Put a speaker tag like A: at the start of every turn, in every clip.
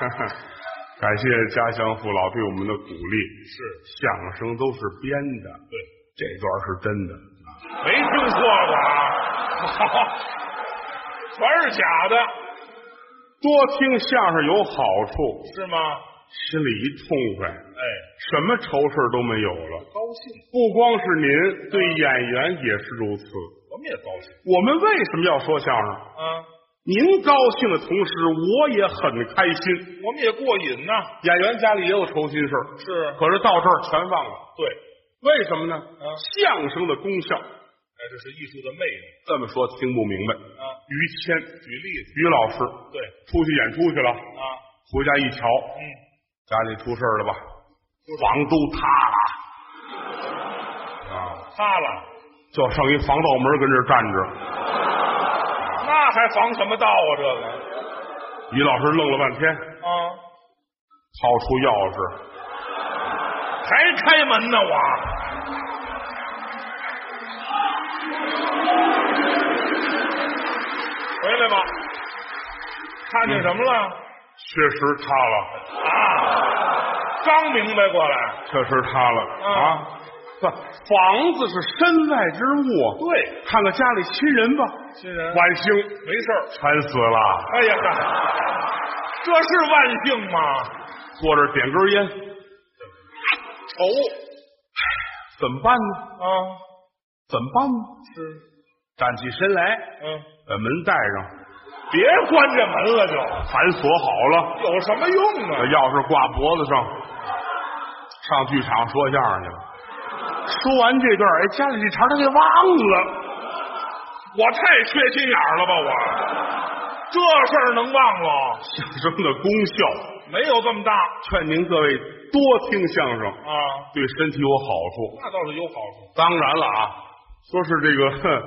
A: 感谢家乡父老对我们的鼓励。
B: 是，
A: 相声都是编的，
B: 对，
A: 这段是真的。
B: 没听说过啊， 好，全是假的，
A: 多听相声有好处，
B: 是吗？
A: 心里一痛快，
B: 哎，
A: 什么愁事儿都没有了。
B: 高兴，
A: 不光是您，对演员也是如此。
B: 我们也高兴
A: 我们为什么要说相声？
B: 啊，
A: 您高兴的同时，我也很开心。
B: 我们也过瘾呐、
A: 演员家里也有愁心事儿，
B: 是，
A: 可是到这儿全忘了。
B: 对，
A: 为什么呢？
B: 啊，
A: 相声的功效，
B: 哎，这是艺术的魅力
A: 这么说听不明白。
B: 啊。
A: 于谦，
B: 举例子，
A: 于老师
B: 对
A: 出去演出去了，
B: 啊，
A: 回家一瞧，
B: 嗯，
A: 家里出事儿了吧？房都塌了，啊，
B: 塌了，
A: 就剩一防盗门跟这儿站着。
B: 那还防什么盗啊？这个
A: 于老师愣了半天，
B: 啊，
A: 掏出钥匙，
B: 还开门呢我。回来吧，看见什么了？
A: 确实塌了，
B: 啊，刚明白过来。
A: 确实塌了
B: 嗯
A: 啊！不，房子是身外之物啊。
B: 对，
A: 看看家里亲人吧，
B: 新人
A: 晚星
B: 没事儿。
A: 全死了，
B: 哎呀，这是万幸吗？
A: 坐这儿点根烟，
B: 愁
A: 怎么办呢？
B: 啊，
A: 怎么办呢？
B: 是，
A: 站起身来，
B: 嗯，
A: 把门带上，
B: 别关这门了就，
A: 反锁好了，
B: 有什么用
A: 把
B: 啊？
A: 钥匙挂脖子上，上剧场说相声去了。说完这段，哎，家里这茬他给忘了。
B: 我太缺心眼儿了吧我，这事儿能忘了？
A: 相声的功效，
B: 没有这么大
A: 劝您各位多听相声，
B: 啊，
A: 对身体有好处。
B: 那倒是有好处。
A: 当然了啊，说是这个哼，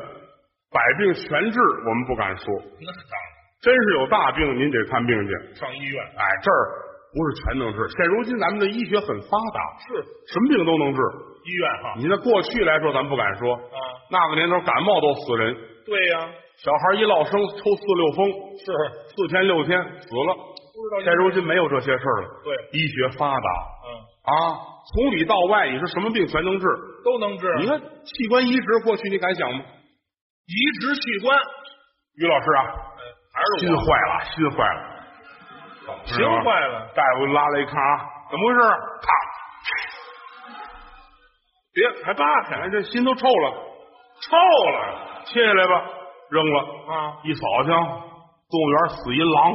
A: 百病全治，我们不敢说，
B: 那当然，
A: 真是有大病您得看病去。
B: 上医院
A: 哎，这儿不是全能治。现如今咱们的医学很发达，
B: 是
A: 什么病都能治。
B: 医院哈
A: 你那过去来说，咱不敢说，
B: 啊，
A: 那个年头感冒都死人，
B: 对呀、
A: 小孩一落生抽四六风，
B: 是
A: 四天六天死了。
B: 不知道
A: 现如今没有这些事儿了，
B: 对，
A: 医学发达
B: 嗯，
A: 啊，从里到外，你说什么病全能治。
B: 都能治。
A: 你看器官移植，过去你敢想吗？
B: 移植器官，
A: 于老师啊，
B: 嗯还
A: 心
B: 是
A: 坏
B: 我
A: 了，心坏了，
B: 心坏了，
A: 大夫拉来一看啊，怎么回事啊？啪，
B: 别还扒开
A: 哎，这心都臭了。
B: 臭了
A: 切下来吧，扔了。
B: 啊！
A: 一扫听，动物园死一狼，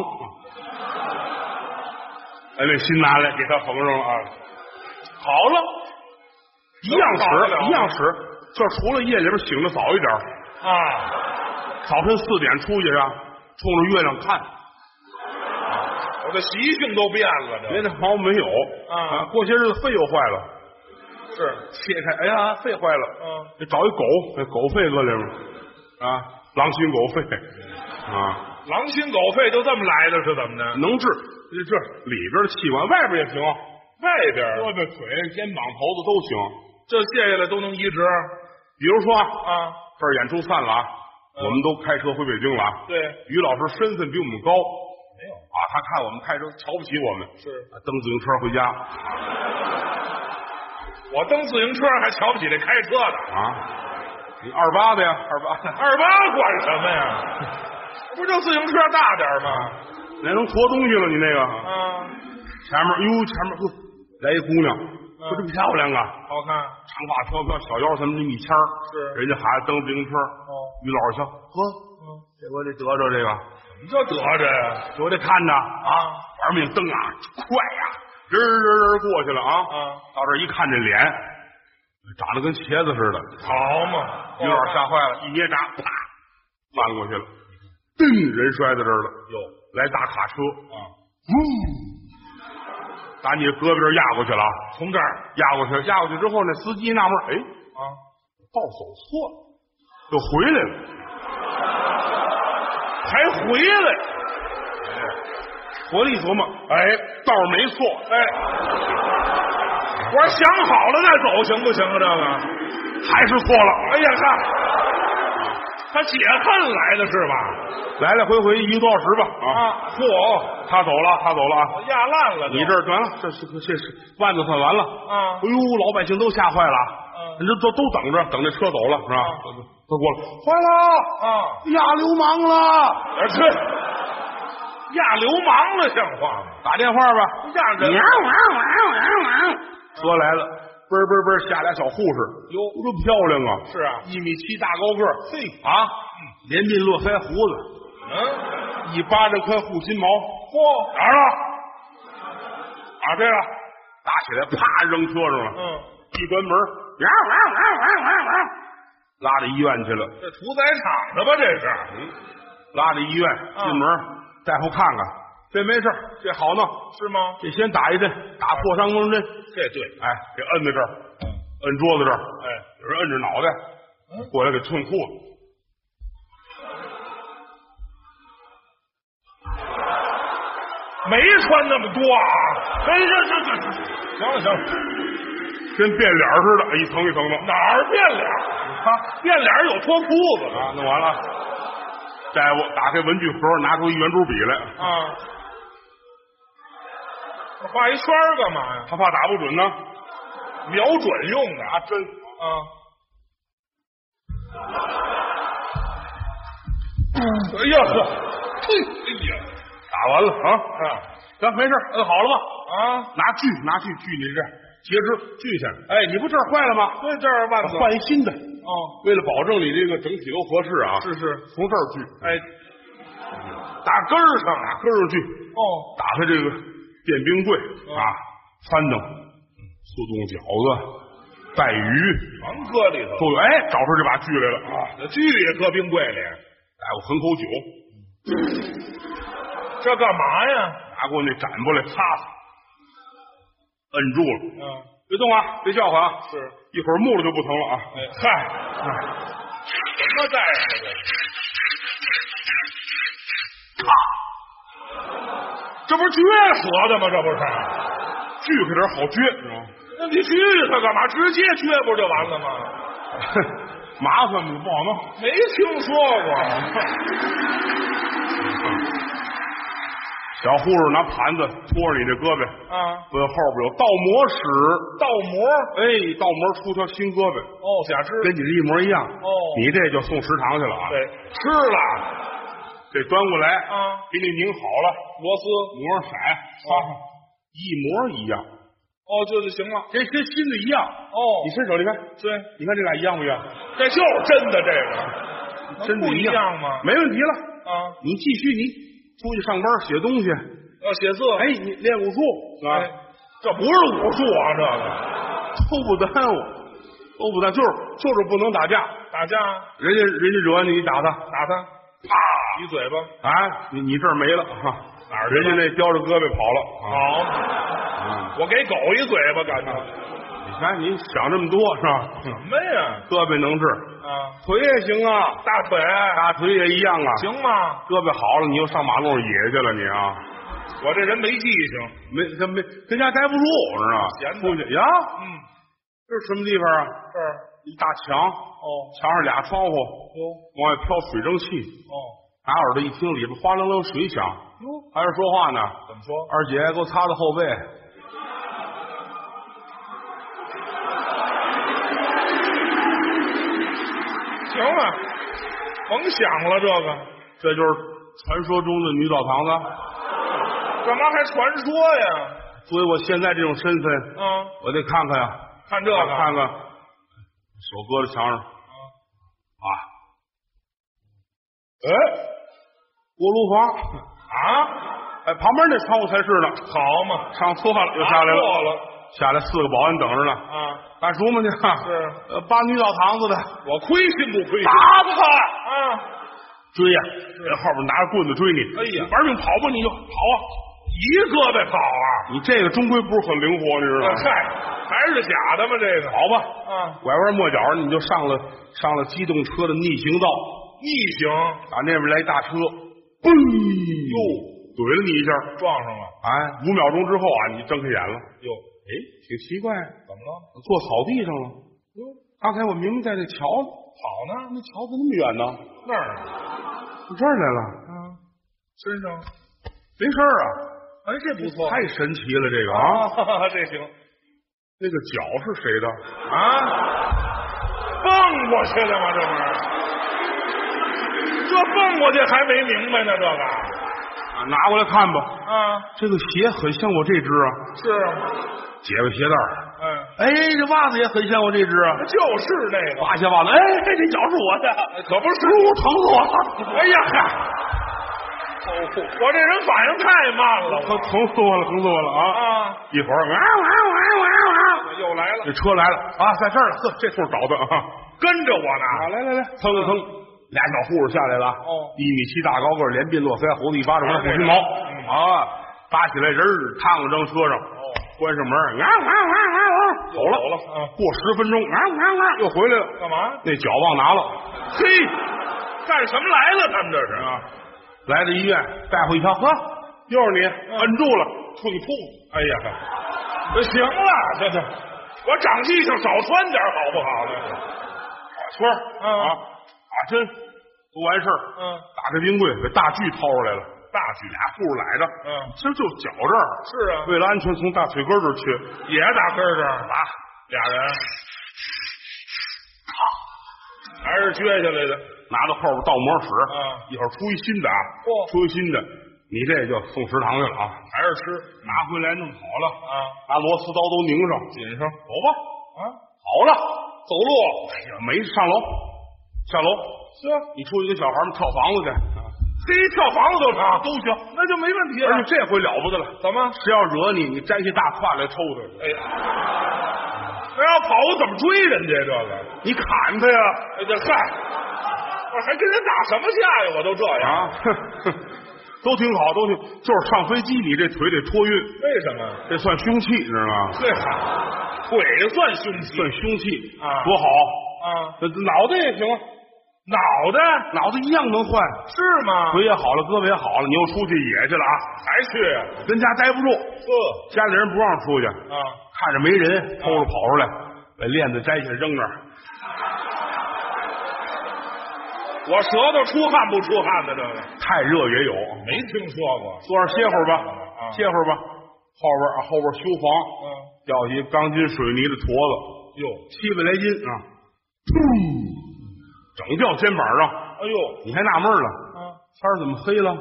A: 哎，那心拿来给他缝上了啊。
B: 好了
A: 一样
B: 能好得
A: 使，
B: 了
A: 一样使，就除了夜里边醒的早一点，
B: 啊，
A: 早晨四点出去啊，冲着月亮看，
B: 我的习性都变了，
A: 别
B: 这
A: 的毛病没有
B: 啊
A: 过些日子肺又坏了，
B: 是
A: 切开，哎呀，肺坏了，
B: 嗯，
A: 得找一狗，那狗肺搁里边啊，狼心狗肺啊，
B: 狼心狗肺就这么来的，是怎么的？
A: 能治。这这里边的器官，外边也行啊。
B: 外边儿
A: 胳膊、腿、肩膀、头子都行。
B: 这卸下来都能移植
A: 比如说啊，
B: 啊？
A: 这儿演出散了啊，
B: 嗯
A: 我们都开车回北京了啊。
B: 对，
A: 于老师身份比我们高啊，
B: 没有
A: 他看我们开车瞧不起我们，
B: 是
A: 啊蹬自行车回家
B: 我蹬自行车还瞧不起这开车的，
A: 啊。你二八的呀，二八 的，
B: 二八管什么呀？ 不就自行车大点儿吗？
A: 那能驮东西了？你那个
B: 啊，
A: 前面，哟，前面呵，来一姑娘，
B: 嗯
A: 说这么漂亮啊，
B: 好看
A: 长发飘飘，小腰什么的米签儿，
B: 是
A: 人家孩子蹬自行车，
B: 哦，
A: 于老师瞧，呵，
B: 嗯，
A: 哦这我得得着这个，
B: 怎么就得着呀？
A: 我得看着啊。
B: 啊
A: 玩命蹬啊，快呀、人人人人过去了啊！
B: 啊，
A: 到这儿一看这脸，长得跟茄子似的，
B: 好嘛，
A: 有点吓坏了，一捏闸，啪，翻过去了，噔，人摔在这儿了。
B: 哟
A: 来大卡车，
B: 啊，
A: 打你胳膊这儿压过去了啊，
B: 从这儿
A: 压过去，压过去之后，那司机纳闷儿，哎，
B: 啊，
A: 道走错了，又回来了。
B: 还回来。
A: 我一琢磨，哎，道儿没错，
B: 哎，我说想好了再走行不行啊？这个，
A: 还是错了。
B: 哎呀哈，他解恨来的是吧？
A: 来来回回一个多小时吧，啊，
B: 啊，嚯，哎
A: 他走了，他走了啊！
B: 我压烂了就。
A: 你这儿完了，这是这是腕子算完了。
B: 啊
A: 哎呦，老百姓都吓坏了啊，人
B: 嗯
A: 这都都等着，等这车走了是吧
B: 啊？
A: 都过来，坏了，
B: 啊，
A: 压流氓了，
B: 这压流氓了，像话吗？
A: 打电话吧。
B: 压人
A: 喵车来了，嘣嘣嘣下俩小护士，
B: 哟，
A: 多漂亮啊！
B: 是啊，
A: 一米七大高个儿
B: 嘿，
A: 啊，连鬓络腮胡子，
B: 嗯，
A: 一巴掌宽护心毛，
B: 嚯，
A: 哪儿了？啊，这个打起来，啪扔车上了，
B: 嗯，
A: 一关门，喵拉到医院去了，
B: 这屠宰场的吧？这是，
A: 拉到医院进门，大夫看看，啊这没事儿，这好弄，
B: 是吗？
A: 这先打一针，打破伤风针，
B: 这对，
A: 哎，给摁在这儿，
B: 嗯，
A: 摁桌子这儿，
B: 哎，
A: 有人摁着脑袋
B: 嗯
A: 过来给寸裤子，
B: 没穿那么多啊！哎，这这这，这行了行了，
A: 跟变脸儿似的，一层一层的。
B: 哪儿变脸儿？啊，变脸儿有脱裤子的
A: 啊，弄完了，大夫打开文具盒，拿出一圆珠笔来，
B: 啊？画一圈儿干嘛呀？
A: 他怕打不准呢。
B: 瞄准用的
A: 啊，真
B: 啊！哎呀呵，嘿，哎呀
A: 打完了啊，
B: 啊
A: 行，没事，摁好了吧？
B: 啊！
A: 拿锯，拿锯锯你这儿截肢，锯下来。
B: 哎，
A: 你不这儿坏了吗？
B: 对这儿腕子
A: 换一新的，
B: 哦，
A: 为了保证你这个整体都合适啊，
B: 是是，
A: 从这儿锯，
B: 哎，打根儿上
A: 打
B: 啊，
A: 根儿上锯，
B: 哦，
A: 打开这个电冰柜
B: 嗯
A: 啊，翻腾，速冻饺子、带鱼
B: 全搁里头，
A: 都有。哎，找出这把锯来了啊！
B: 那锯也搁冰柜里，
A: 大夫喝口酒，
B: 这干嘛呀？
A: 拿过那展过来擦擦，摁住了，
B: 嗯、
A: 别动啊，别叫唤啊，
B: 是，
A: 一会儿木了就不疼了啊。
B: 哎啊嗨，什么大夫这？这不是撅舌的吗？这不是？
A: 锯开点好撅，知道吗？
B: 那你锯它干嘛？直接撅不就完了吗？
A: 麻烦你不好弄。
B: 没听说过，
A: 小护士拿盘子托着你这胳膊，
B: 啊，
A: 问后边有倒模使，
B: 倒模，
A: 哎，倒模出条新胳膊，
B: 哦，假肢，
A: 跟你这一模一样。
B: 哦
A: 你这就送食堂去了啊！
B: 对，吃了
A: 这端过来，
B: 啊，
A: 给你拧好了，
B: 螺丝，
A: 磨上色，擦上，一模一样，
B: 哦，这就行了，
A: 这跟新的一样。
B: 哦，
A: 你伸手，你看，
B: 对，
A: 你看这俩一样不一样？
B: 这就是真的这个，能
A: 真的
B: 不
A: 一
B: 一样吗？
A: 没问题了。
B: 啊，
A: 你继续，你出去上班写东西，
B: 要写字，
A: 哎，你练武术啊，
B: 哎，这不是武术啊，这个
A: 都不耽误，都不耽误，就是就是不能打架，
B: 打架
A: 人家人家惹你，你打他，
B: 打他，
A: 啊啪
B: 一嘴巴，
A: 啊，你你这儿没了哈、
B: 哪儿去
A: 人
B: 了
A: 家那叼着胳膊跑了
B: 好，
A: 啊！
B: 我给狗一嘴巴，感觉
A: 你看你想这么多是吧？
B: 什么呀？
A: 胳膊能治，
B: 啊，
A: 腿也行啊，
B: 大腿
A: 大腿也一样啊。，
B: 行吗？
A: 胳膊好了，你又上马路上野去了你啊？
B: 我这人没记性，
A: 没跟没跟家待不住，知道吗？
B: 闲的
A: 出去呀，
B: 嗯，
A: 这是什么地方啊？
B: 这儿，
A: 一大墙，
B: 哦，
A: 墙上俩窗户，
B: 哟，
A: 往外飘水蒸气。
B: 哦，
A: 拿耳朵一听，里边哗楞楞水响，
B: 哟，
A: 还是说话呢。
B: 怎么说？
A: 二姐，给我擦擦后背。
B: 行了，甭想了，这个
A: 这就是传说中的女澡堂子。
B: 干嘛还传说呀？
A: 作为我现在这种身份，
B: 啊，
A: 我得看看呀，
B: 看这个，
A: 我嗯看看，手搁在墙上，啊，哎，锅炉房，
B: 啊，
A: 哎，旁边那窗户才是呢。
B: 好嘛，
A: 上错了，又下来
B: 拿错
A: 了，
B: 了
A: 下来四个保安等着呢。
B: 啊。
A: 干什么呢？
B: 是
A: 呃，扒女澡堂子的，
B: 我亏心不亏心？
A: 打死他！
B: 啊，
A: 追呀、人后边拿着棍子追你，
B: 哎呀
A: 玩命跑吧，你就跑啊！
B: 一胳膊跑啊！
A: 你这个终归不是很灵活，你知道吗？
B: 嗨，还是假的吗？这
A: 嗯
B: 个
A: 跑吧，
B: 啊，
A: 拐弯抹角你就上了上了机动车的逆行道，
B: 逆行
A: 打那边来一大车，嘣，哟，怼了你一下，
B: 撞上了，
A: 哎，五秒钟之后啊，你睁开眼了，
B: 哟，
A: 哎，挺奇怪，
B: 怎么了？
A: 坐草地上了。
B: 哟，
A: 刚才我明明在那桥，
B: 跑呢？
A: 那桥怎么那么远呢？
B: 那儿
A: 到这儿来了，
B: 啊，身上
A: 没事儿啊，
B: 哎，这不错，
A: 太神奇了这个啊！
B: 啊，这行
A: 那个脚是谁的？
B: 啊，蹦过去了吗？这不是，这蹦过去还没明白呢，这个
A: 啊拿过来看吧。
B: 啊，
A: 这个鞋很像我这只啊，
B: 是啊，
A: 解开鞋带儿
B: 嗯，
A: 哎，这袜子也很像我这只啊，
B: 就是那个，哦
A: 扒下袜子，哎，这脚是我的，
B: 可不是，
A: 呜，疼死我了！哎呀，
B: 我这人反应太慢了，
A: 疼疼死我了，疼死我了啊！
B: 啊，
A: 一会儿，哇哇哇哇哇，
B: 又来了
A: 这，车来了啊，在这儿了，呵，这兔找的啊，
B: 跟着我呢，
A: 来来来，蹭蹭蹭。俩小护士下来了啊！
B: 哦
A: 一米七大高个儿，连鬓络腮，胡子一巴掌宽，护心毛
B: 嗯
A: 啊，扒起来人儿，烫了张车上，关上门儿，啊啊啊啊啊，哦走了
B: 走了嗯
A: 过十分钟，啊啊啊，又回来了，
B: 干嘛？
A: 那脚忘拿了，
B: 嘿，干什么来了？他们这是啊，
A: 来到医院，大夫一瞧，呵，又是你，
B: 嗯
A: 摁住了，冲你扑，
B: 哎呀，行了，这这，我长记性，少穿点好不好呢？
A: 打圈儿
B: 嗯
A: 啊，打针都完事儿，
B: 嗯，
A: 打开冰柜，把大锯掏出来了，大锯俩护士逮着，
B: 嗯
A: 其实就脚这儿，
B: 是啊，
A: 为了安全，从大腿根儿这儿切，
B: 也打根儿这儿啊
A: 打。
B: 俩人，还是撅下来的。
A: 拿到后边倒模使，
B: 嗯
A: 一会儿出一新的啊，
B: 嚯
A: 出一新的，你这就送食堂去了啊，
B: 还是吃
A: 拿回来弄好了，
B: 啊
A: 拿螺丝刀都拧上，
B: 紧上
A: 走吧，
B: 啊，
A: 好了，
B: 走路
A: 哎呀，没上楼，下楼，
B: 是
A: 你出去跟小孩们跳房子去，啊
B: 嘿，跳房子都成，
A: 都行，
B: 那就没问题
A: 而
B: 了。
A: 且这回了不得了，
B: 怎么？
A: 谁要惹你，你摘下大胯来抽他去，
B: 哎呀，那要跑我怎么追人家这个？
A: 你砍他呀，
B: 哎这嗨，我还跟人打什么架呀？我都这样，
A: 啊，哼哼 都挺好，都挺，就是上飞机你这腿得托运，
B: 为什么？
A: 这算凶器，你知道吗？
B: 这腿算凶器
A: 算凶器
B: 啊
A: 多好，
B: 啊？啊
A: 这脑袋也行啊。
B: 脑袋
A: 脑子一样能换，
B: 是吗？
A: 腿也好了，胳膊也好了，你又出去野去了啊！
B: 还去啊？
A: 跟家待不住，
B: 呵
A: 家里人不让出去，
B: 啊，
A: 看着没人，偷着跑出来，把链子摘下来扔那儿。
B: 我舌头出汗不出汗的这个。
A: 太热也有，
B: 没听说过。
A: 坐那儿歇会儿
B: 啊
A: 吧，歇会儿吧。后边啊，后边修
B: 嗯
A: 房，，掉一钢筋水泥的坨子，
B: 哟，
A: 七百来斤啊，砰整掉肩膀上。
B: 哎呦，
A: 你还纳闷了，
B: 啊，
A: 天儿怎么黑了？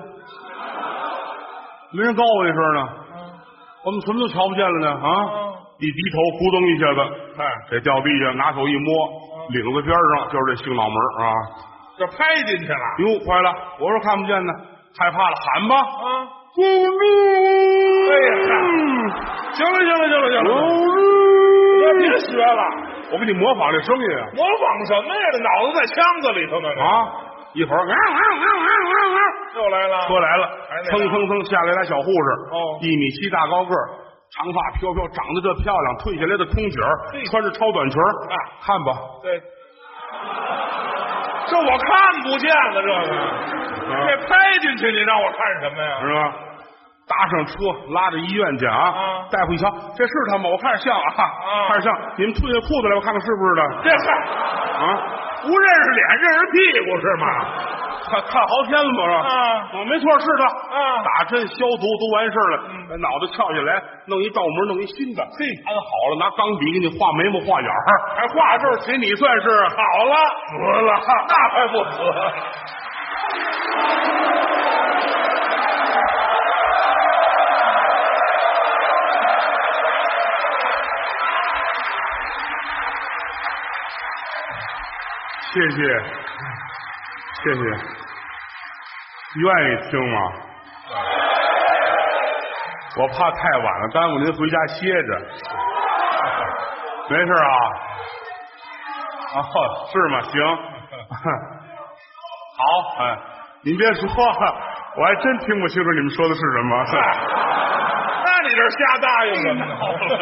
A: 没人告我一声呢，我们什么都瞧不见了呢啊！一低头，咕噔一下子，
B: 哎，
A: 这掉地下，拿手一摸，领子边上就是这性脑门儿啊！
B: 这拍进去了
A: 哟，坏哎了！我说看不见呢，害怕了，喊吧！哎
B: 啊！
A: 救命！
B: 行了，行了，行了，行了，这别学了，
A: 我给你模仿这声音啊
B: 模仿什么呀？这脑子在腔子里头呢！这，
A: 啊！一会儿，啊啊啊啊啊啊！
B: 又来了，
A: 车来了
B: 还，没来
A: 蹭蹭蹭下来俩小护士，
B: 哦
A: 一米七大高个儿，长发飘飘，长得这漂亮，褪下来的空姐儿
B: 嘿
A: 穿着超短裙儿
B: 啊
A: 看吧，
B: 对，这我看不见了，这
A: 啊嗯
B: 个，这拍进去，你让我看什么呀？
A: 是吧？搭上车拉着医院去啊！
B: 啊
A: 大夫一瞧，这是他吗？我看着像啊，
B: 啊
A: 看着像。你们褪下裤子来，我看看是不是的
B: 这嗨，
A: 啊？
B: 不认识脸，认识屁股是吗？
A: 看看好天了嘛是吧？
B: 啊
A: 我没错，是他。
B: 啊
A: 打针消毒都完事儿了，
B: 嗯
A: 把脑袋撬下来，弄一道门，弄一新的。
B: 嘿
A: 安好了，拿钢笔给你画眉毛、画眼儿，
B: 还画这儿
A: 给你算是
B: 好了，
A: 死了。
B: 那还不死？啊
A: 谢谢，谢谢，愿意听吗？我怕太晚了，耽误您回家歇着。没事啊，哦，是吗？行，好，哎，您别说，我还真听不清楚你们说的是什么。
B: 那你这瞎答应什么呢？
A: 嗯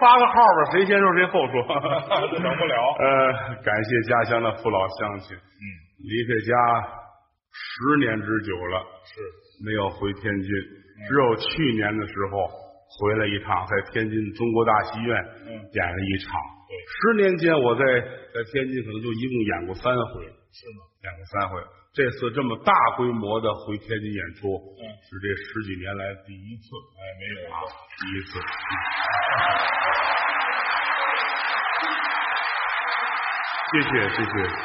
A: 发个号吧，谁先说谁后说，
B: 等不了
A: 呃，感谢家乡的父老乡亲，嗯，离开家十年之久了，是没有回天津，只有去年的时候回来一趟，在天津中国大戏院演了一场。十年间，我在在天津可能就一共演过三回，
B: 是吗？
A: 两个三回。这次这么大规模的回天津演出，
B: 嗯
A: 是这十几年来第一次，
B: 哎，没有
A: 啊，第一次。谢谢谢谢。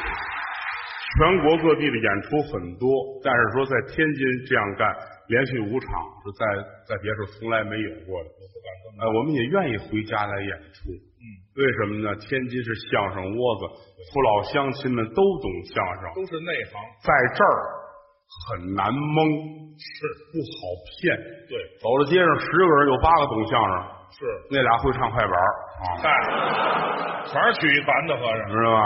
A: 全国各地的演出很多，但是说在天津这样干，连续五场是在在别处从来没有过的。
B: 我不敢这么。
A: 呃，我们也愿意回家来演出。
B: 嗯，
A: 为什么呢？天津是相声窝子，父老乡亲们都懂相声，
B: 都是内行。
A: 在这儿很难蒙，
B: 是，
A: 不好骗。
B: 对，
A: 走到街上，十个人有八个懂相声，
B: 是。
A: 那俩会唱快板儿啊，
B: 嗨，全是曲一盘的和尚
A: 知道吧？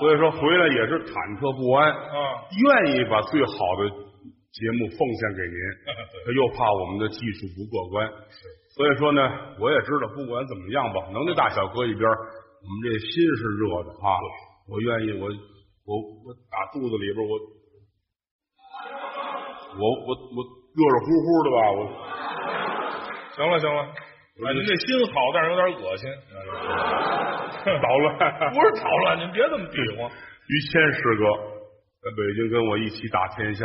A: 所以说回来也是忐忑不安，
B: 啊。
A: 愿意把最好的节目奉献 给您。
B: 对
A: 他又怕我们的技术不过关，所以说呢，我也知道，不管怎么样吧，能力大小搁一边儿，我们这心是热的啊。我愿意，我我我打肚子里边儿我 我我我热热乎乎的吧，我
B: 行了行了，哎，您这心好，但是有点恶心。
A: 啊捣乱。
B: 不是捣乱，您别这么比划。
A: 于谦师哥在北京跟我一起打天下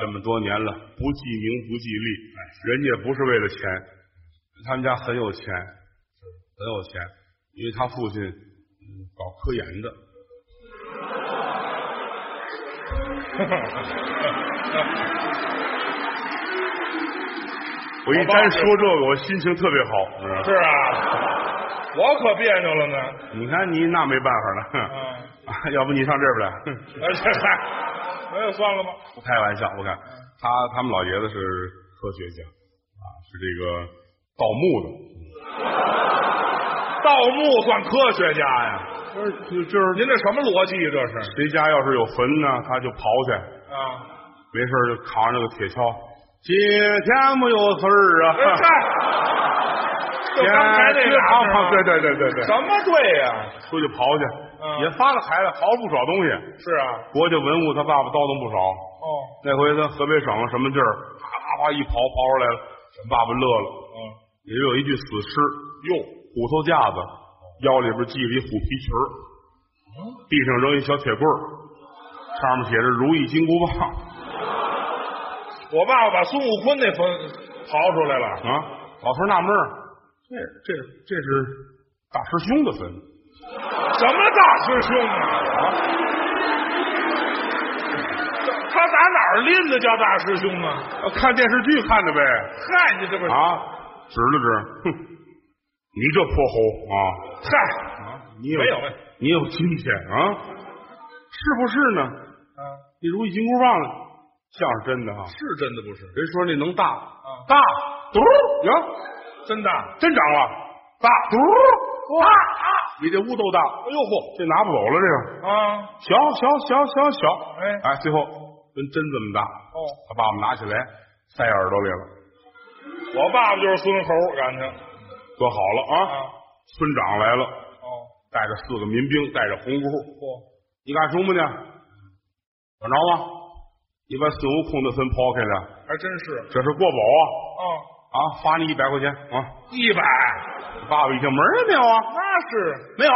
A: 这么多年了，不记名不记利，人家不是为了钱，他们家很有钱，很有钱，因为他父亲嗯搞科研的，我一
B: 我爸
A: 旦
B: 是
A: 说这个，我心情特别好。是吧
B: 是啊，我可别扭了呢。
A: 你看你那没办法了，
B: 啊，
A: 哼 要不你上这边来？哼
B: 而且嗨，那就算了吧。
A: 不开玩笑，我看他他们老爷子是科学家啊，是这个盗墓的。
B: 盗墓算科学家呀？
A: 不是，就就是
B: 您这什么逻辑？啊这是
A: 谁家要是有坟呢，他就刨去，
B: 啊？
A: 没事就扛着那个铁锹。今天没有事儿
B: 哎
A: 啊，
B: 嗨，哎 就刚才那
A: 天啊
B: 俩是吗
A: 对对对对对，
B: 什么对呀、
A: 出去刨去，
B: 嗯
A: 也发了财了，刨了不少东西。
B: 是啊，
A: 国家文物他爸爸叨叨不少，
B: 哦，
A: 那回他河北省什么地儿，啪啪啪一刨刨出来了，爸爸乐了。
B: 嗯，
A: 里边有一具死尸，哟，骨头架子，腰里边系着一虎皮裙儿地上扔一小铁棍儿，上面写着“如意金箍棒
B: 我爸爸把孙悟空那坟刨出来”了，
A: 啊。老头纳闷儿，这这这是大师兄的坟，
B: 什么大师兄啊？他打哪儿拎的叫大师兄啊？
A: 啊看电视剧看的呗
B: 嗨，你这不是
A: 啊，指了指，哼，你这泼猴啊！
B: 嗨
A: 你有哎
B: 没有
A: 你有今天啊？是不是呢？
B: 啊？
A: 你如意金箍棒像是真的啊？
B: 是真的不是？
A: 人说那能大
B: 啊
A: 大嘟呀，
B: 真的？哎
A: 真长了，大嘟哇，啊哦比这乌都大，
B: 哎呦
A: 这
B: 嚯
A: 拿不走了，这个
B: 啊！
A: 小小小小小，
B: 哎
A: 哎，最后跟针这么大，
B: 哦，
A: 他爸爸拿起来塞耳朵里了，
B: 我爸爸就是孙猴，感情
A: 搁好了
B: 啊
A: 啊，村长来了，
B: 哦，
A: 带着四个民兵，带着红箍，
B: 嚯，
A: 你干什么呢？怎么着啊？你把孙悟空的坟刨开了，
B: 还真是
A: 这是国宝啊！
B: 啊，
A: 啊，罚你一百块钱啊！
B: 一百
A: 爸爸一听门儿也没有啊，
B: 那是
A: 没有，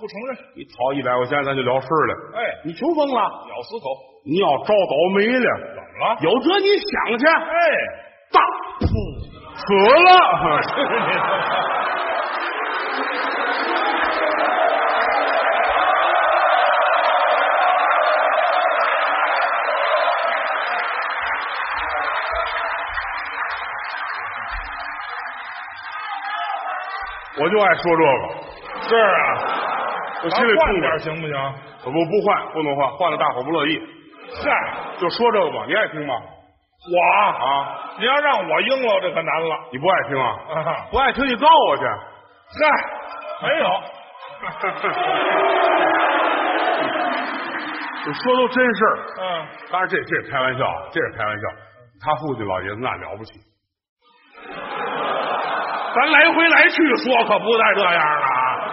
B: 不承认，
A: 你掏一百块钱，咱就聊事儿了。
B: 哎，
A: 你穷疯了，
B: 咬死口，
A: 你要招倒霉
B: 怎
A: 了，
B: 么了？
A: 有这你想去，
B: 哎。
A: 当噗死了。 我就爱说这个，
B: 是啊，
A: 我
B: 咱
A: 心里
B: 换
A: 痛
B: 点
A: 快
B: 儿。行不行？
A: 我不不换，不能换，换了大伙儿不乐意。
B: 嗨，
A: 就说这个吧，你爱听吗？
B: 我啊，
A: 啊，
B: 您要让我应了，这可难了
A: 你不爱听啊？
B: 啊！
A: 不爱听你告我去。
B: 嗨，没有，
A: 你说都真事儿，
B: 嗯，
A: 当然这这是开玩笑，啊，这是开玩笑。他父亲老爷子那了不起，
B: 咱来回来去说，可不带这样的啊！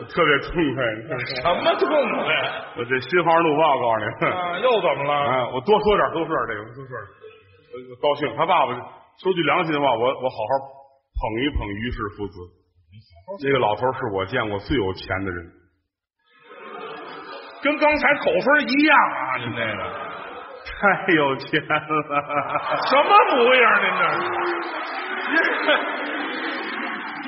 A: 我特别痛快。
B: 什么痛快
A: 我这心花怒放，我告诉 你。
B: 啊？又怎么了？
A: 啊，我多说点，多说点这个，多说点，我我高兴。他爸爸说句良心的话，我我好好捧一捧于氏父子。这个老头是我见过最有钱的人，
B: 跟刚才口分一样啊！您这个
A: 太有钱了，
B: 什么模样？您这， 您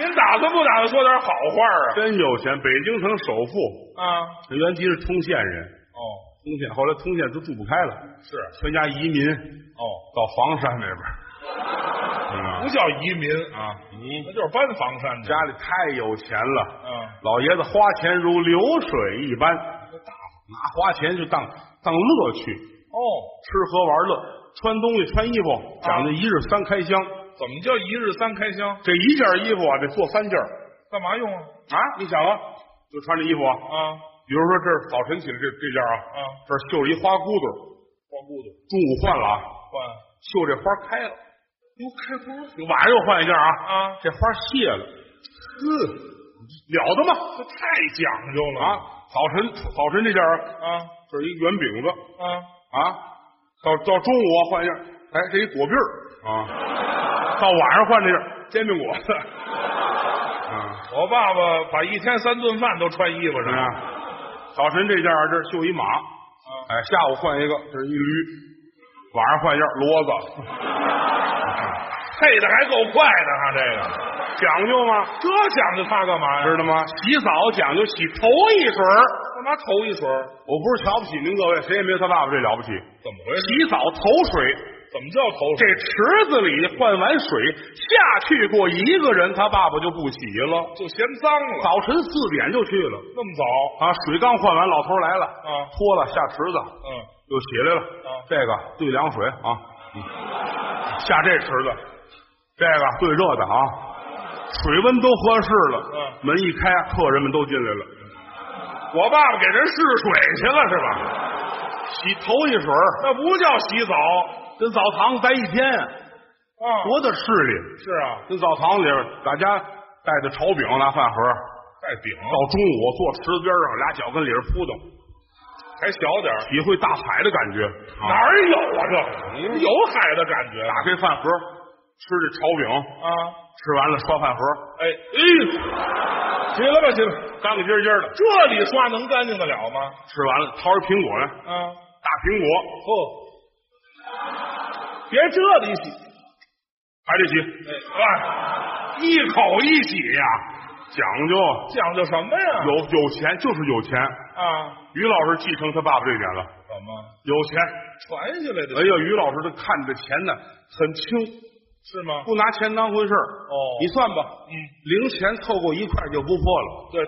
B: 您打算不打算说点好话啊？
A: 真有钱！北京城首富，
B: 啊，
A: 原籍是通县人，
B: 哦，
A: 通县后来通县都住不开了，
B: 是，
A: 全家移民
B: 哦，
A: 到房山那边儿，嗯啊
B: 不叫移民啊，
A: 啊，嗯
B: 那就是搬房山去。
A: 家里太有钱了，
B: 嗯，
A: 老爷子花钱如流水一般，拿花钱就当当乐趣，
B: 哦，
A: 吃喝玩乐，穿东西穿衣服讲究一日三开箱，
B: 怎么叫一日三开箱？
A: 这一件衣服啊得做三件儿
B: 干嘛用啊？
A: 啊，你想啊，就穿这衣服啊，
B: 啊
A: 比如说这儿早晨起来这这件啊，
B: 啊，
A: 这儿绣着一花骨朵儿，
B: 光顾的
A: 中午换了啊，
B: 换，
A: 绣这花开了，
B: 哟，开花
A: 晚上又换一件啊，
B: 啊，
A: 这花谢了，呵，了得吗？
B: 这太讲究了
A: 啊，早晨早晨这件啊，
B: 啊
A: 这是一圆饼子。
B: 啊！
A: 啊，到到中午啊换一件，哎，这一果篦儿啊，到晚上换这件煎饼果子，啊，
B: 我爸爸把一天三顿饭都穿衣服
A: 是
B: 上啊
A: 吧？早晨这件儿这儿绣一马，哎，下午换一个，这是一驴，晚上换一件骡子，
B: 配的还够快的哈、这个
A: 讲究吗？
B: 这讲究它干嘛呀？
A: 知道吗？洗澡讲究洗头一水儿，
B: 干嘛头一水儿？
A: 我不是瞧不起您各位，谁也没有他爸爸这了不起。
B: 怎么回事？
A: 洗澡头水，
B: 怎么叫头
A: 这
B: 水？
A: 池子里换完水下去过一个人，他爸爸就不洗了。
B: 就嫌脏了，
A: 早晨四点就去了。
B: 那么早
A: 啊，水刚换完，老头来了，
B: 啊？
A: 脱了下池子，
B: 嗯，
A: 又起来了。
B: 啊
A: 这个兑凉水啊，嗯下这池子，这个兑热的啊，水温都合适了。
B: 嗯
A: 门一开，客人们都进来了，
B: 我爸爸给人试水去了是吧？
A: 洗头一水儿，
B: 那不叫洗澡
A: 跟澡堂子待一天，
B: 啊！
A: 多大势力！
B: 是啊，
A: 跟澡堂里大家带着炒饼拿饭盒，
B: 带饼
A: 到中午坐池子边上，俩脚跟里边扑腾，
B: 还小点儿
A: 体会大海的感觉。啊
B: 哪儿有啊
A: 哎
B: 这个？有海的感觉
A: 打开饭盒，吃这炒饼，
B: 啊！
A: 吃完了刷饭盒，
B: 哎哎，起来吧起来，
A: 干干净净的。
B: 这里刷能干净得了吗？
A: 吃完了，掏一苹果来，
B: 啊，
A: 大苹果
B: 嚯！别这里洗，
A: 还得洗，
B: 哎，一口一洗呀、
A: 哎讲究，
B: 讲究什么呀？
A: 有有钱就是有钱。
B: 啊，
A: 于老师继承他爸爸这点了，
B: 怎么
A: 有钱。
B: 传下来的？
A: 哎呀，于老师他看这钱呢很轻，
B: 是吗？
A: 不拿钱当回事儿。
B: 哦
A: 你算吧，
B: 嗯，
A: 零钱凑够一块就不破了。
B: 对，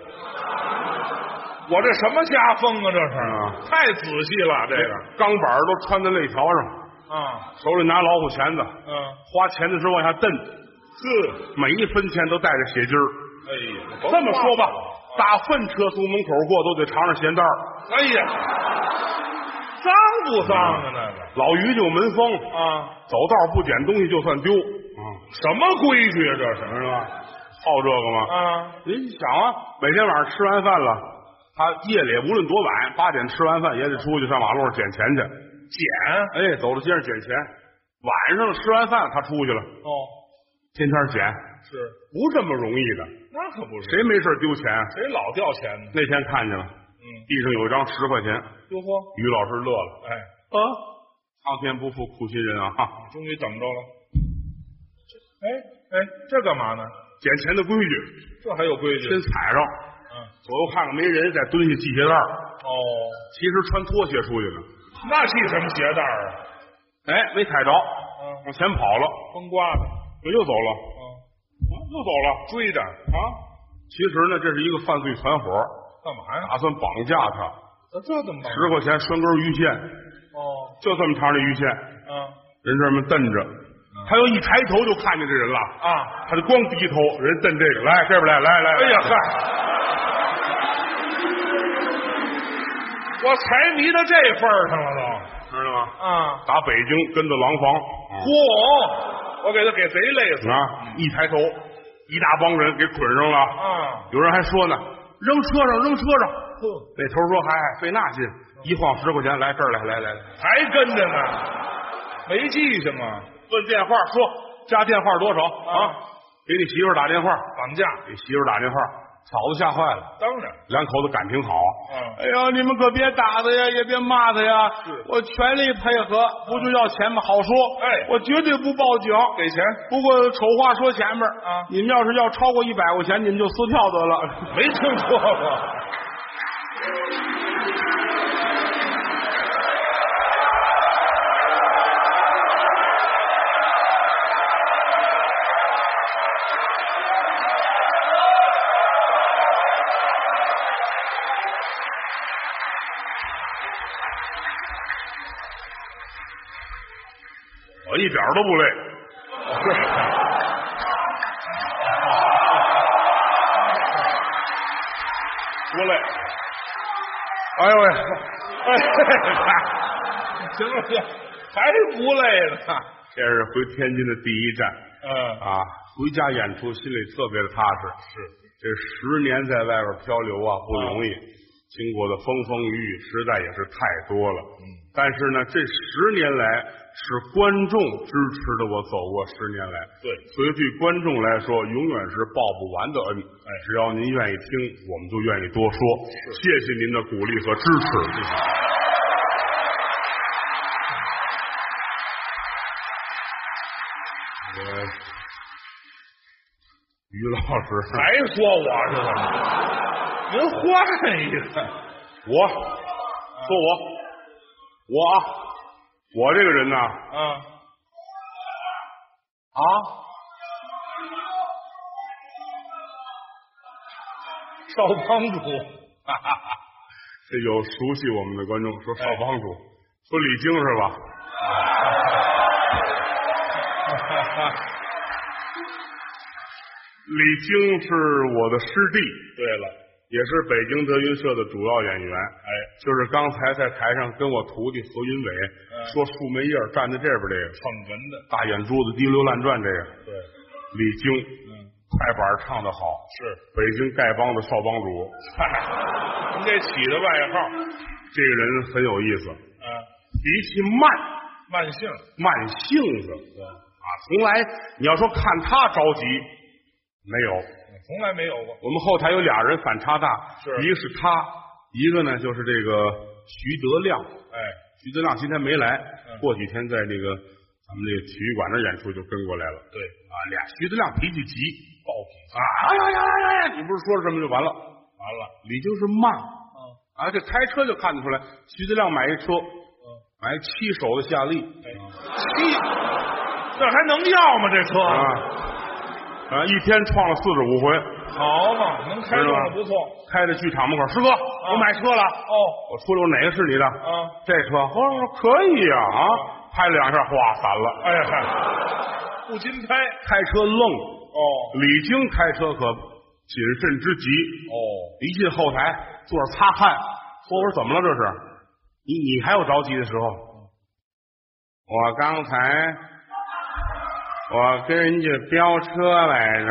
B: 我这什么家风啊？这是、
A: 嗯
B: 太仔细了，这个
A: 哎钢板儿都穿在肋条上，
B: 啊，
A: 手里拿老虎钳子，
B: 嗯，
A: 花钱的时候往下蹬，
B: 呵，
A: 每一分钱都带着血筋儿。
B: 哎呀，
A: 这么说吧，大粪车从门口过都得尝尝咸淡儿
B: 哎呀，脏不脏啊？
A: 嗯
B: 那个
A: 老于就门风，
B: 啊，
A: 走道不捡东西就算丢，啊，
B: 什么规矩啊？这是
A: 是吧？好这个吗？
B: 啊，
A: 您想啊，每天晚上吃完饭了，他夜里无论多晚，八点吃完饭也得出去上马路上捡钱去。
B: 捡
A: 哎，走到街上捡钱，晚上吃完饭他出去了，
B: 哦，
A: 天天捡，
B: 是，
A: 不这么容易的。
B: 那可不是，
A: 谁没事丢钱？
B: 谁老掉钱呢？
A: 那天看见了，
B: 嗯，
A: 地上有一张十块钱，
B: 哟呵，
A: 于老师乐了
B: 哎。
A: 啊，苍天不负苦心人啊！哈。
B: 终于等着了。这哎哎，这干嘛呢？
A: 捡钱的规矩，
B: 这还有规矩？
A: 先踩上，
B: 嗯，
A: 左右看看没人，再蹲下系鞋带儿
B: 哦，
A: 其实穿拖鞋出去的，
B: 那系什么鞋带儿啊？
A: 哎，没踩着，
B: 嗯，
A: 往前跑了，
B: 风刮的，
A: 又走了，啊
B: 嗯，
A: 又走了
B: 追着
A: 啊！其实呢，这是一个犯罪团伙，
B: 干嘛呀？
A: 打算绑架他，
B: 那啊这怎么办？
A: 十块钱拴根鱼线，
B: 哦，
A: 就这么长的鱼线，
B: 嗯
A: 人这么瞪着，他又一抬头就看见这人了，
B: 啊，
A: 他就光低头，人瞪这个，来这边来，来来，
B: 哎呀嗨！我财迷到这份儿上了都
A: 知道吗？
B: 啊！
A: 打北京跟着廊坊，
B: 嗯
A: 啊
B: 嚯，我给他给贼累死了
A: 啊，一抬头，一大帮人给捆上了。
B: 啊！
A: 有人还说呢，扔车上，扔车上。
B: 呵，
A: 那头说，嗨，费那劲，一晃十块钱，来这儿来来来来，
B: 还跟着呢，没记性啊！
A: 问电话说加电话多少啊
B: 啊？
A: 给你媳妇儿打电话，
B: 绑架
A: 给媳妇儿打电话，嫂子吓坏了，
B: 当然，
A: 两口子感情好。
B: 嗯
A: 哎呀，你们可别打他呀，也别骂他呀
B: 是，
A: 我全力配合，不就要钱吗？好说，
B: 哎
A: 我绝对不报警。
B: 给钱
A: 不过丑话说前面
B: 啊
A: 你们要是要超过一百块钱，你们就撕票得了。
B: 没听说过。
A: 我一点都不累，
B: 不累。
A: 哎呦喂，
B: 哎，行了行了，还不累呢。
A: 这是回天津的第一站。
B: 嗯，
A: 啊，回家演出心里特别的踏实。
B: 是
A: 这十年在外边漂流啊，不容易，经过的风风雨雨实在也是太多了。嗯，但是呢，这十年来是观众支持的我走过十年来。
B: 对
A: 所以对观众来说，永远是报不完的恩。哎只要您愿意听，我们就愿意多说。谢谢您的鼓励和支持。呃，于老师，
B: 还说我是怎么着？您换一个。
A: 我说我我啊，我这个人呢啊
B: 啊少帮主，
A: 这有熟悉我们的观众说
B: 哎
A: 少帮主，说李菁是吧？ 李菁是我的师弟，
B: 对了，
A: 也是北京德云社的主要演员。
B: 哎，
A: 就是刚才在台上跟我徒弟何云伟、
B: 哎
A: 说树梅叶站在这边这个
B: 捧哏的，
A: 大眼珠子滴溜乱转这个
B: 对，
A: 李菁，
B: 嗯，
A: 快板唱得好，
B: 是，
A: 北京丐帮的少帮主，
B: 嗨，您这起的外号，
A: 这个人很有意思，
B: 啊，
A: 脾气慢，
B: 慢性，
A: 慢性子啊，从来你要说看他着急，没有。
B: 嗯从来没有过，
A: 我们后台有俩人反差大，
B: 是
A: 一个是他，一个呢就是这个徐德亮。
B: 哎，
A: 徐德亮今天没来
B: 嗯，
A: 过几天在这个咱们这个体育馆那儿演出就跟过来了。
B: 对，
A: 啊，俩徐德亮脾气急
B: 暴脾气，
A: 啊，哎呀呀呀呀！你不是说什么就完了？
B: 完了，
A: 李菁是慢
B: 啊，
A: 啊，这开车就看得出来。徐德亮买一车，买七手的夏利，
B: 哎，七，这还能要吗？这车，
A: 啊啊！一天创了四十五回，
B: 好嘛，能开动的不错，啊
A: 开到剧场门口，师哥，我买车了，
B: 哦，
A: 我出溜哪个是你的？
B: 啊，
A: 这车，我说可以呀啊！拍了两下，哗，散了。
B: 哎呀，嗨，不禁拍，
A: 开车愣，
B: 哦，
A: 李菁开车可谨慎之极。
B: 哦，
A: 一进后台，坐着擦汗，说我说怎么了这是？你你还有着急的时候？我刚才我跟人家飙车来着，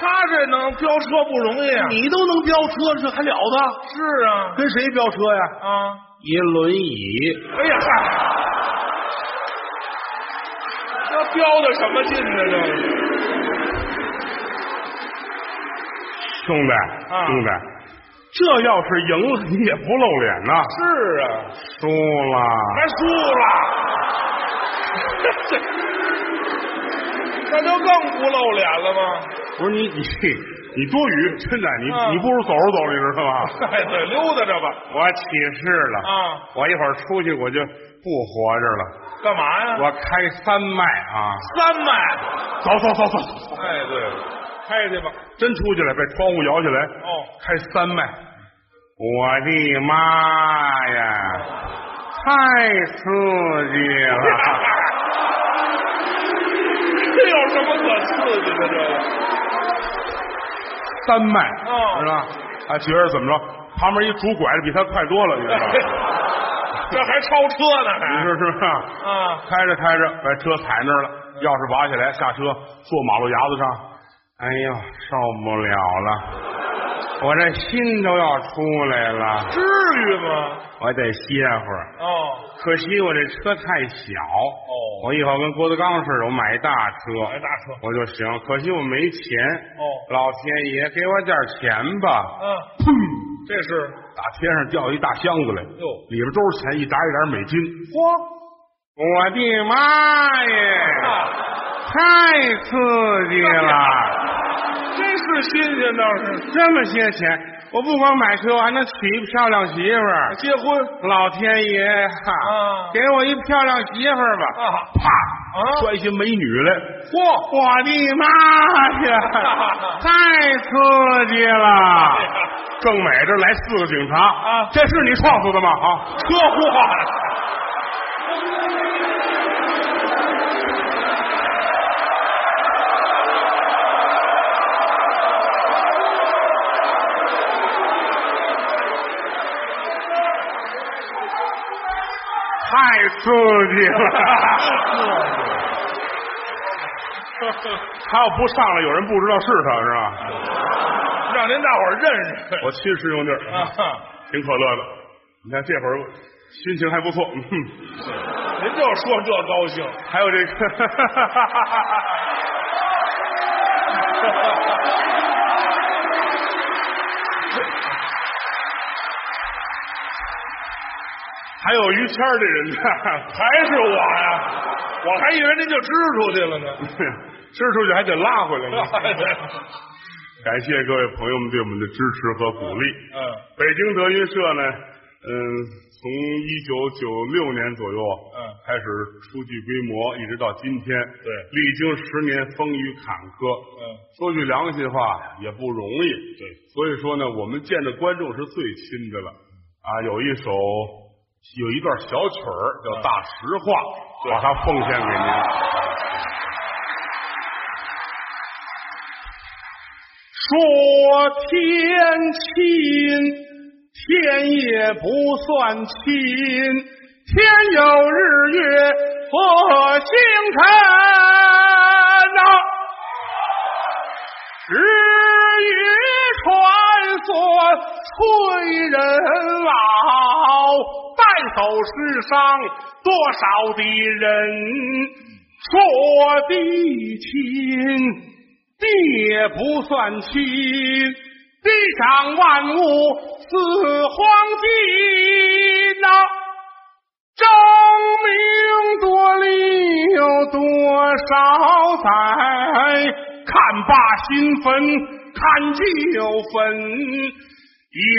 B: 他这能飙车不容易啊，
A: 你都能飙车，这还了得？
B: 是啊，
A: 跟谁飙车呀？
B: 啊。
A: 一轮椅，
B: 哎呀，嗨，这飙的什么劲呢？这是
A: 兄弟，
B: 啊
A: 兄弟，这要是赢了，你也不露脸呐，
B: 是啊，
A: 输了，
B: 还输了， 这那就更不露脸了吗？
A: 不是你你你多余，真的，你、
B: 啊
A: 你不如走着走着，你知道吗？
B: 哎，对，溜达着吧。
A: 我起誓了，
B: 啊，
A: 我一会儿出去我就不活着 了，
B: 干嘛呀？
A: 我开三麦啊，
B: 三麦。
A: 走走走走，走
B: 哎，对，开去吧。
A: 真出去了，把窗户摇起来，
B: 哦，
A: 开三麦，我的妈呀，太刺激 了！
B: 这有什么可刺激的？这个
A: 三迈，
B: 哦
A: 是吧？他觉着怎么着？旁边一拄拐的比他快多了，你知道吗？
B: 这还超车呢，
A: 你
B: 还
A: 说是吧？
B: 啊？
A: 开着开着，把车踩那儿了，钥匙拔下来，下车坐马路牙子上，哎呦，受不了了，我这心都要出来了，
B: 至于吗？
A: 我得歇会儿。
B: 哦，
A: 可惜我这车太小，
B: 哦，
A: 我以后跟郭德纲似的，我买一大车，
B: 买哎大车，
A: 我就行。可惜我没钱，
B: 哦
A: 老天爷给我点钱吧！
B: 嗯，这是
A: 打天上掉一大箱子来，
B: 哟
A: 里边都是钱，一沓一沓美金。
B: 嚯，
A: 我的妈 耶！
B: 啊，
A: 太刺激了！
B: 真是新鲜倒是。
A: 这么些钱，我不光买车，我还能娶一漂亮媳妇儿。
B: 结婚
A: 老天爷哈，
B: 啊
A: 给我一漂亮媳妇儿吧！
B: 啊，
A: 啪，
B: 啊
A: 摔下美女来！
B: 嚯，
A: 我的妈 呀！太刺激了！正美这来四个警察
B: 哎啊
A: 这是你撞死的吗？啊，
B: 车祸了，
A: 太刺激了！他要不上来，有人不知道是他是吧？
B: 让您大伙儿认识
A: 我亲师兄弟儿
B: 啊！哈
A: 挺可乐的。你看这会儿心情还不错，嗯，
B: 您就说这高兴，
A: 还有这个， 还有于谦儿这人呢，
B: 还是 我呀？啊我还以为您就支出去了 呢。
A: 支出去还得拉回来呢。
B: 嗯
A: 感谢各位朋友们对我们的支持和鼓励。
B: 嗯
A: 北京德云社呢，嗯，从一九九六年左右，
B: 嗯
A: 开始初具规模，一直到今天，
B: 对
A: 历经十年风雨坎坷，
B: 嗯，
A: 说句良心话也不容易，
B: 对，
A: 所以说呢，我们见着观众是最亲的了，啊，有一首有一段小曲儿叫《大实话》，
B: 对
A: 把它奉献给您。说天亲，天也不算亲，天有日月和星辰呐、日月穿梭，催人老。带走世上多少的人，说地亲，地也不算亲，地上万物似黄金呐、争名夺利有多少载？看罢新坟，看旧坟。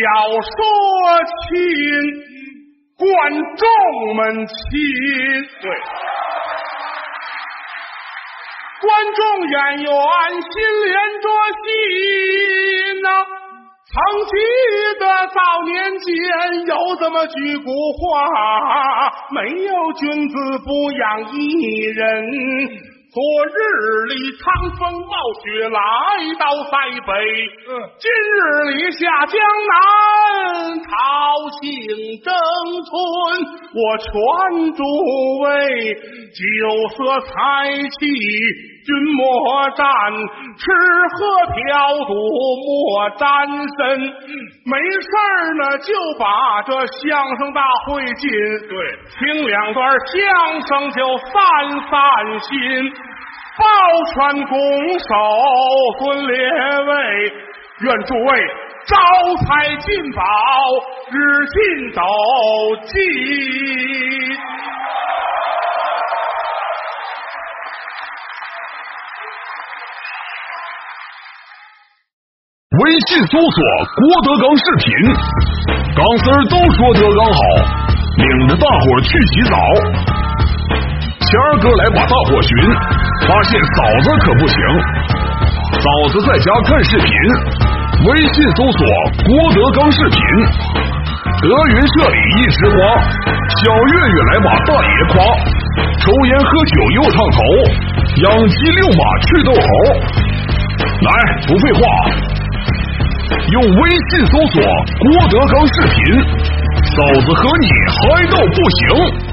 A: 要说亲，观众们亲。
B: 对，
A: 观众演员心连着心呐、曾记得早年间有这么句古话：没有君子不养艺人。昨日里趟风冒雪来到塞北，
B: 嗯
A: 今日里下江南，桃杏争春。我劝诸位酒色财气君莫沾，吃喝嫖赌莫沾身。没事儿呢，就把这相声大会进，
B: 对
A: 听两段相声就散散心。抱拳拱手，尊列位，愿诸位招财进宝，日进斗金。
C: 微信搜索“郭德纲视频”，钢丝儿都说德纲好，领着大伙儿去洗澡。谦儿哥来把大伙儿寻，发现嫂子可不行，嫂子在家看视频。微信搜索“郭德纲视频”，德云社里一直花，小岳岳来把大爷夸，抽烟喝酒又烫头，养鸡遛马去逗猴。来，不废话，用微信搜索“郭德纲视频”，嫂子和你嗨到不行。